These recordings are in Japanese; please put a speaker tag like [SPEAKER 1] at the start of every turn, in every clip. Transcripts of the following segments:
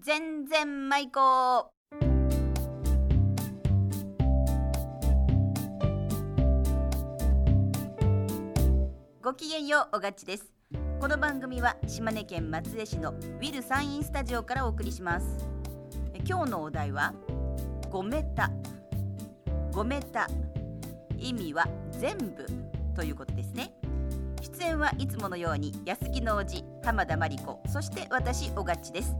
[SPEAKER 1] 全然舞妓ごきげんようおがっちですこの番組は島根県松江市のウィルサインスタジオからお送りしますえ今日のお題はごめたごめた意味は全部ということですね出演はいつものように安木のおじ浜田真理子そして私おがっちです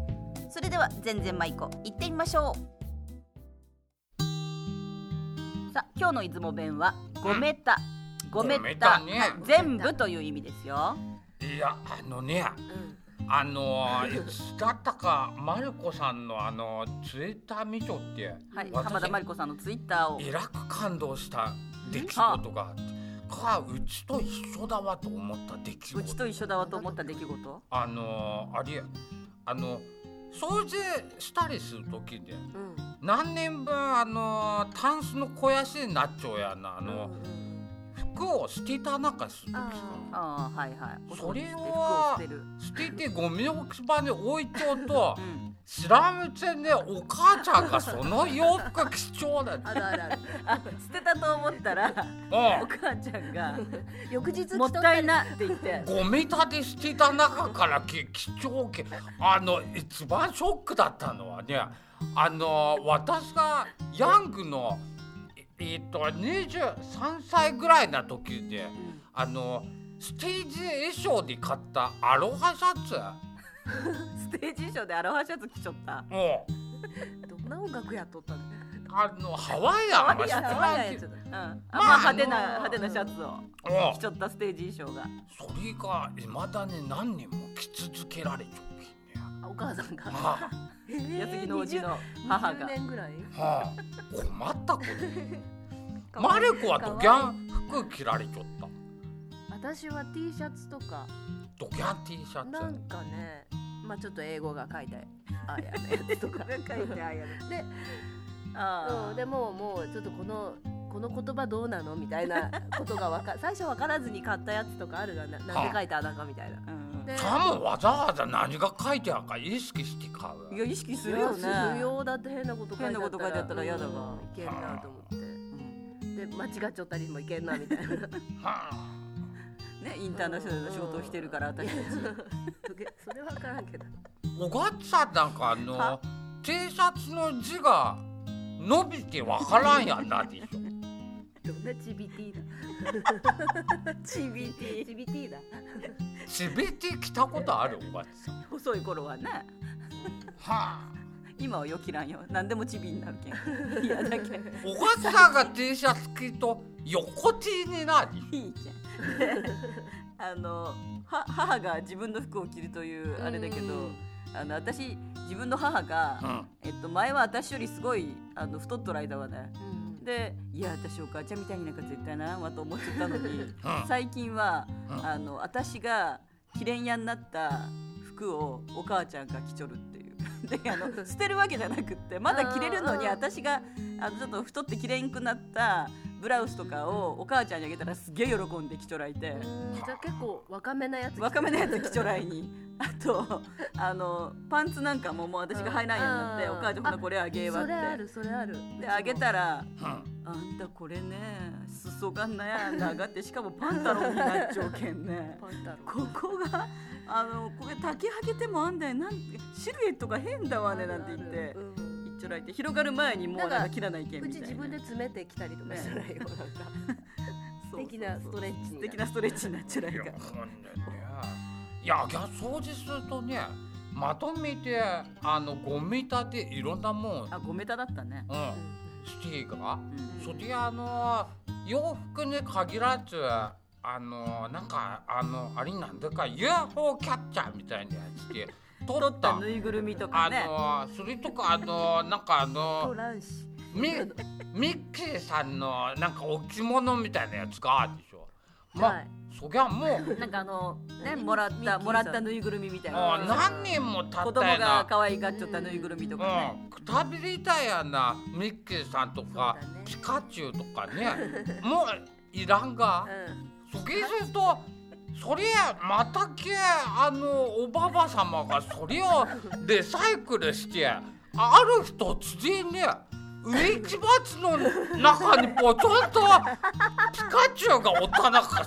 [SPEAKER 1] それでは全然舞子行ってみましょうさあ今日の出雲弁はごめた、ごめ
[SPEAKER 2] ごめ
[SPEAKER 1] た、
[SPEAKER 2] たね
[SPEAKER 1] はい全部という意味ですよ
[SPEAKER 2] いやあのねあのーいつだったかマルコさんのあのツイッター見とって、
[SPEAKER 1] はい、
[SPEAKER 2] 私
[SPEAKER 1] 浜田真理子さんのツイッターを
[SPEAKER 2] えらく感動した出来事があってかうちと一緒だわと思った出来
[SPEAKER 1] うち
[SPEAKER 2] 事
[SPEAKER 1] と一緒だわと思った出来事
[SPEAKER 2] あのーあれあの掃除したりする時で
[SPEAKER 3] うん
[SPEAKER 2] 何年分あのータンスの肥やしになっちゃうやなあの服を捨てたなんかする時
[SPEAKER 3] あ
[SPEAKER 2] か
[SPEAKER 1] ああはいはいお掃除して
[SPEAKER 2] それ
[SPEAKER 1] 服を
[SPEAKER 2] は
[SPEAKER 1] 捨てる
[SPEAKER 2] 捨ててゴミ置き場に置いちゃうと
[SPEAKER 1] う。ん、
[SPEAKER 2] 知らんうちにねお母ちゃんがその洋服貴重だって
[SPEAKER 3] あるあるあ る。
[SPEAKER 1] あ捨てたと思ったらお
[SPEAKER 2] う
[SPEAKER 1] 母ちゃんが
[SPEAKER 3] 翌日
[SPEAKER 1] 「
[SPEAKER 3] 着
[SPEAKER 1] もったいな」って言って
[SPEAKER 2] んゴミ立て捨てた中からき貴重けあの一番ショックだったのはねあの私がヤングのええっと23歳ぐらいな時であのステージ衣装で買ったアロハシャツ
[SPEAKER 1] ステージ衣装でアロハシャツ着ちょった
[SPEAKER 2] もう
[SPEAKER 3] どんな音楽やっとったの？
[SPEAKER 2] あのハワイアンが知
[SPEAKER 1] や
[SPEAKER 2] ら
[SPEAKER 1] ばいわ
[SPEAKER 2] ん
[SPEAKER 1] や
[SPEAKER 2] け
[SPEAKER 1] つ
[SPEAKER 2] ど
[SPEAKER 1] だ、うん、あまあ
[SPEAKER 2] あ
[SPEAKER 1] 派手な
[SPEAKER 2] あの
[SPEAKER 1] 派手なシャツを
[SPEAKER 2] うん
[SPEAKER 1] 着ちょったステージ衣装が
[SPEAKER 2] それがいまだに何年も着続けられちゃうきね。
[SPEAKER 3] あお母さんが。
[SPEAKER 2] は
[SPEAKER 1] 安木のおじの母
[SPEAKER 3] 母
[SPEAKER 1] が
[SPEAKER 3] が。20年ぐらい。
[SPEAKER 2] あ、はあ、困っ たこと。マルコはドギャン服着られちゃった。
[SPEAKER 3] 私は T シャツとか
[SPEAKER 2] ドギャン T シャツ。
[SPEAKER 3] なんかね、まあちょっと英語が書いてあるや つとか。
[SPEAKER 1] あやる
[SPEAKER 3] で、
[SPEAKER 1] あ
[SPEAKER 3] うん、でもうもうちょっとこのこの言葉どうなのみたいなことがわ か最初わからずに買ったやつとかあるがななんで書いてあだかみたいな。
[SPEAKER 1] うん
[SPEAKER 3] で
[SPEAKER 2] さもわざわざ何が書いてあるか意識して買。
[SPEAKER 1] いうや意識す
[SPEAKER 3] い
[SPEAKER 1] る
[SPEAKER 3] や
[SPEAKER 1] よ
[SPEAKER 3] す
[SPEAKER 1] ね
[SPEAKER 3] るよだって変なこと書いてあっ
[SPEAKER 1] 変
[SPEAKER 3] たら
[SPEAKER 1] なこと書いてあったら嫌だわ
[SPEAKER 3] うんいけんなと思っ
[SPEAKER 1] うん
[SPEAKER 3] てで間違っちゃったりもいけんなみたいな
[SPEAKER 2] はあ、
[SPEAKER 1] ねインターナショナルの仕事をしてるから私たち
[SPEAKER 3] それそれは分からんけど
[SPEAKER 2] おがっさんなんかあの
[SPEAKER 1] は
[SPEAKER 2] T シャツの字が伸びてわからんやんなでしょ。
[SPEAKER 3] どんなチビティだ
[SPEAKER 1] チビティ
[SPEAKER 3] チビティだ
[SPEAKER 2] ちびて着たことあるおがっさん。は
[SPEAKER 1] 細い頃はね
[SPEAKER 2] あ。
[SPEAKER 1] 今はよ切らんよ何でもチビになるけん嫌だ けん
[SPEAKER 2] おがっさんが T シャツ着ると横 T になるでしょ。
[SPEAKER 1] いいけんであのは母が自分の服を着るというあれだけど
[SPEAKER 3] うん
[SPEAKER 1] あの私自分の母が、
[SPEAKER 2] うん
[SPEAKER 1] えっと、前は私よりすごいあの太っとる間はね
[SPEAKER 3] うん
[SPEAKER 1] でいや私お母ちゃんみたいになんか絶対ならんわと思ってたのに
[SPEAKER 2] うん
[SPEAKER 1] 最近は
[SPEAKER 2] うん
[SPEAKER 1] あの私がきれん屋になった服をお母ちゃんが着ちょるっていう。 であ の捨てるわけじゃなくってまだ着れるのに
[SPEAKER 3] うん
[SPEAKER 1] 私があのちょっと太って着れんくなったブラウスとかをお母ちゃんにあげたらすげえ喜んで着ちょらいて
[SPEAKER 3] うんじゃあ結構若めなやつ
[SPEAKER 1] 若めのやつ着ちょらい にあとあのパンツなんかももう私が入らんようになって
[SPEAKER 3] うん
[SPEAKER 1] お母ちゃんほなこれあげえわ
[SPEAKER 3] そ
[SPEAKER 1] っ
[SPEAKER 3] れあ
[SPEAKER 1] て
[SPEAKER 3] るそれある
[SPEAKER 1] であげた
[SPEAKER 3] ら
[SPEAKER 1] ら
[SPEAKER 2] うん
[SPEAKER 1] あんたこれね裾がな長ってしかもパンタロンになっちゃうけんね
[SPEAKER 3] パンタロ
[SPEAKER 1] ここがあのこれ竹はげてもあんだよなんシルエットが変だわねなんて言って
[SPEAKER 3] うん
[SPEAKER 1] 一丁らいって広がる前にもうなんか切らないけん
[SPEAKER 3] う
[SPEAKER 1] み
[SPEAKER 3] ち
[SPEAKER 1] たいな
[SPEAKER 3] 自分で詰めてきたりとかし ないよなんか
[SPEAKER 1] そうそうそう
[SPEAKER 3] 的なストレッチに
[SPEAKER 1] 的なストレッチになっちゃう
[SPEAKER 2] い
[SPEAKER 1] い
[SPEAKER 2] や
[SPEAKER 1] か
[SPEAKER 2] こんなねいやいや掃除するとねまとめてあのゴミ立ていろんなもん、うん、
[SPEAKER 1] あごめただったね、
[SPEAKER 2] してが、
[SPEAKER 1] うん
[SPEAKER 2] そりゃあの洋服に限らずあのなんかあのあれなんだか UFO キャッチャーみたいなやつで取
[SPEAKER 1] 取
[SPEAKER 2] っ
[SPEAKER 1] った
[SPEAKER 2] た
[SPEAKER 1] ぬいぐるみとかね
[SPEAKER 2] あのそれとかあのなんかあ
[SPEAKER 3] ト
[SPEAKER 2] の
[SPEAKER 3] ランシ
[SPEAKER 2] ミミッキーさんのなんか置物みたいなやつがあるでしょ。まあ、
[SPEAKER 3] はい
[SPEAKER 2] そりゃもう
[SPEAKER 1] なんかあのね
[SPEAKER 3] 何
[SPEAKER 1] もらっ
[SPEAKER 3] ミッキー
[SPEAKER 1] た
[SPEAKER 3] さん
[SPEAKER 1] もらったぬいぐるみみたい
[SPEAKER 2] あ
[SPEAKER 1] な
[SPEAKER 2] 何年も経
[SPEAKER 1] 子
[SPEAKER 2] っ
[SPEAKER 1] 供
[SPEAKER 2] たや
[SPEAKER 1] が
[SPEAKER 2] な。
[SPEAKER 1] 可愛がっちゃったぬいぐるみとかね、
[SPEAKER 2] うん、くたびれたやなミッキーさんとか、
[SPEAKER 3] そうだね
[SPEAKER 2] ピカチュウとかねもういらんが、
[SPEAKER 3] うん
[SPEAKER 2] そげするとそれまたけあのおばば様がそれをリサイクルしてあある日突然ね植木鉢の中にポツンとピカチュウがおったなか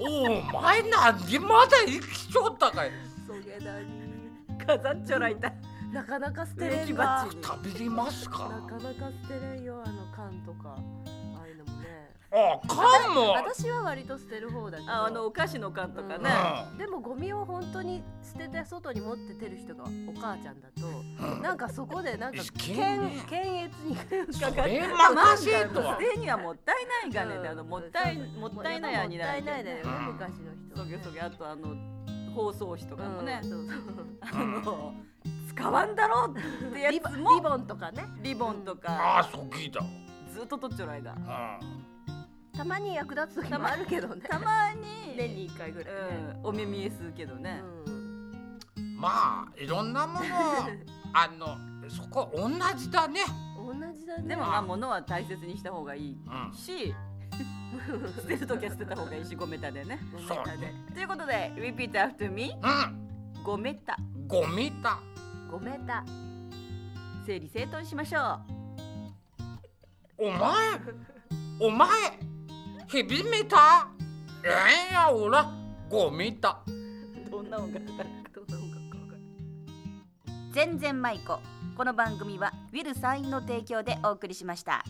[SPEAKER 2] お前なんでまだ生きちょったかい
[SPEAKER 3] そげなに
[SPEAKER 1] 飾っちょらいた。
[SPEAKER 3] なかなか捨てれ
[SPEAKER 1] 植木
[SPEAKER 3] んな
[SPEAKER 1] 鉢に。
[SPEAKER 2] 食べれますか
[SPEAKER 3] なかなか捨てれんよあの缶とかああいうのもね
[SPEAKER 2] あかも
[SPEAKER 3] 私は割と捨てる方だけど
[SPEAKER 1] あ、あのお菓子の缶とか
[SPEAKER 3] うん
[SPEAKER 1] ね。
[SPEAKER 3] でもゴミを本当に捨てて外に持って出る人がお母ちゃんだとなんかそこでなんか
[SPEAKER 2] うん
[SPEAKER 3] 検検閲にか
[SPEAKER 2] そ
[SPEAKER 3] かって
[SPEAKER 2] れ任せとは
[SPEAKER 1] 捨てにはもったいないがね、
[SPEAKER 3] うん
[SPEAKER 1] であのもったいもったいないやにな
[SPEAKER 3] も
[SPEAKER 1] る
[SPEAKER 3] ったいないだよね
[SPEAKER 2] うん
[SPEAKER 3] 昔の人
[SPEAKER 1] そ
[SPEAKER 3] はね
[SPEAKER 1] げそげあとあの包装紙とかもね
[SPEAKER 3] う、んそうそう
[SPEAKER 1] あの使わんだろうってや
[SPEAKER 3] リボ
[SPEAKER 1] つ
[SPEAKER 3] ンリ
[SPEAKER 1] も
[SPEAKER 3] ボンとかね
[SPEAKER 1] リボンとか
[SPEAKER 2] ああそぎだ
[SPEAKER 1] ずっと取っちょらいだ。
[SPEAKER 2] うん
[SPEAKER 3] たまに役立つ時もあるけどね
[SPEAKER 1] たまに
[SPEAKER 3] 年に1回ぐらいね
[SPEAKER 1] うんお耳にするけどね。
[SPEAKER 3] うん
[SPEAKER 2] まあいろんなものあのそこ同じだね
[SPEAKER 3] 同じだね
[SPEAKER 1] でもまあ物は大切にした方がいい
[SPEAKER 2] うん
[SPEAKER 1] し、 捨てるときは捨てた方がいいし、ごめたでね。
[SPEAKER 3] ごめん
[SPEAKER 2] そう
[SPEAKER 3] な
[SPEAKER 2] ね
[SPEAKER 1] ということで、repeat after me。
[SPEAKER 2] うん
[SPEAKER 1] ごめた。
[SPEAKER 2] ゴミだ
[SPEAKER 3] ごめんた
[SPEAKER 1] 整理整頓しましょ
[SPEAKER 2] お前お前ヘビメタええやおらゴミだ
[SPEAKER 1] う。どんな音楽だ。
[SPEAKER 3] どんな音楽かわかんない
[SPEAKER 1] 全然舞子この番組はウィルサインの提供でお送りしました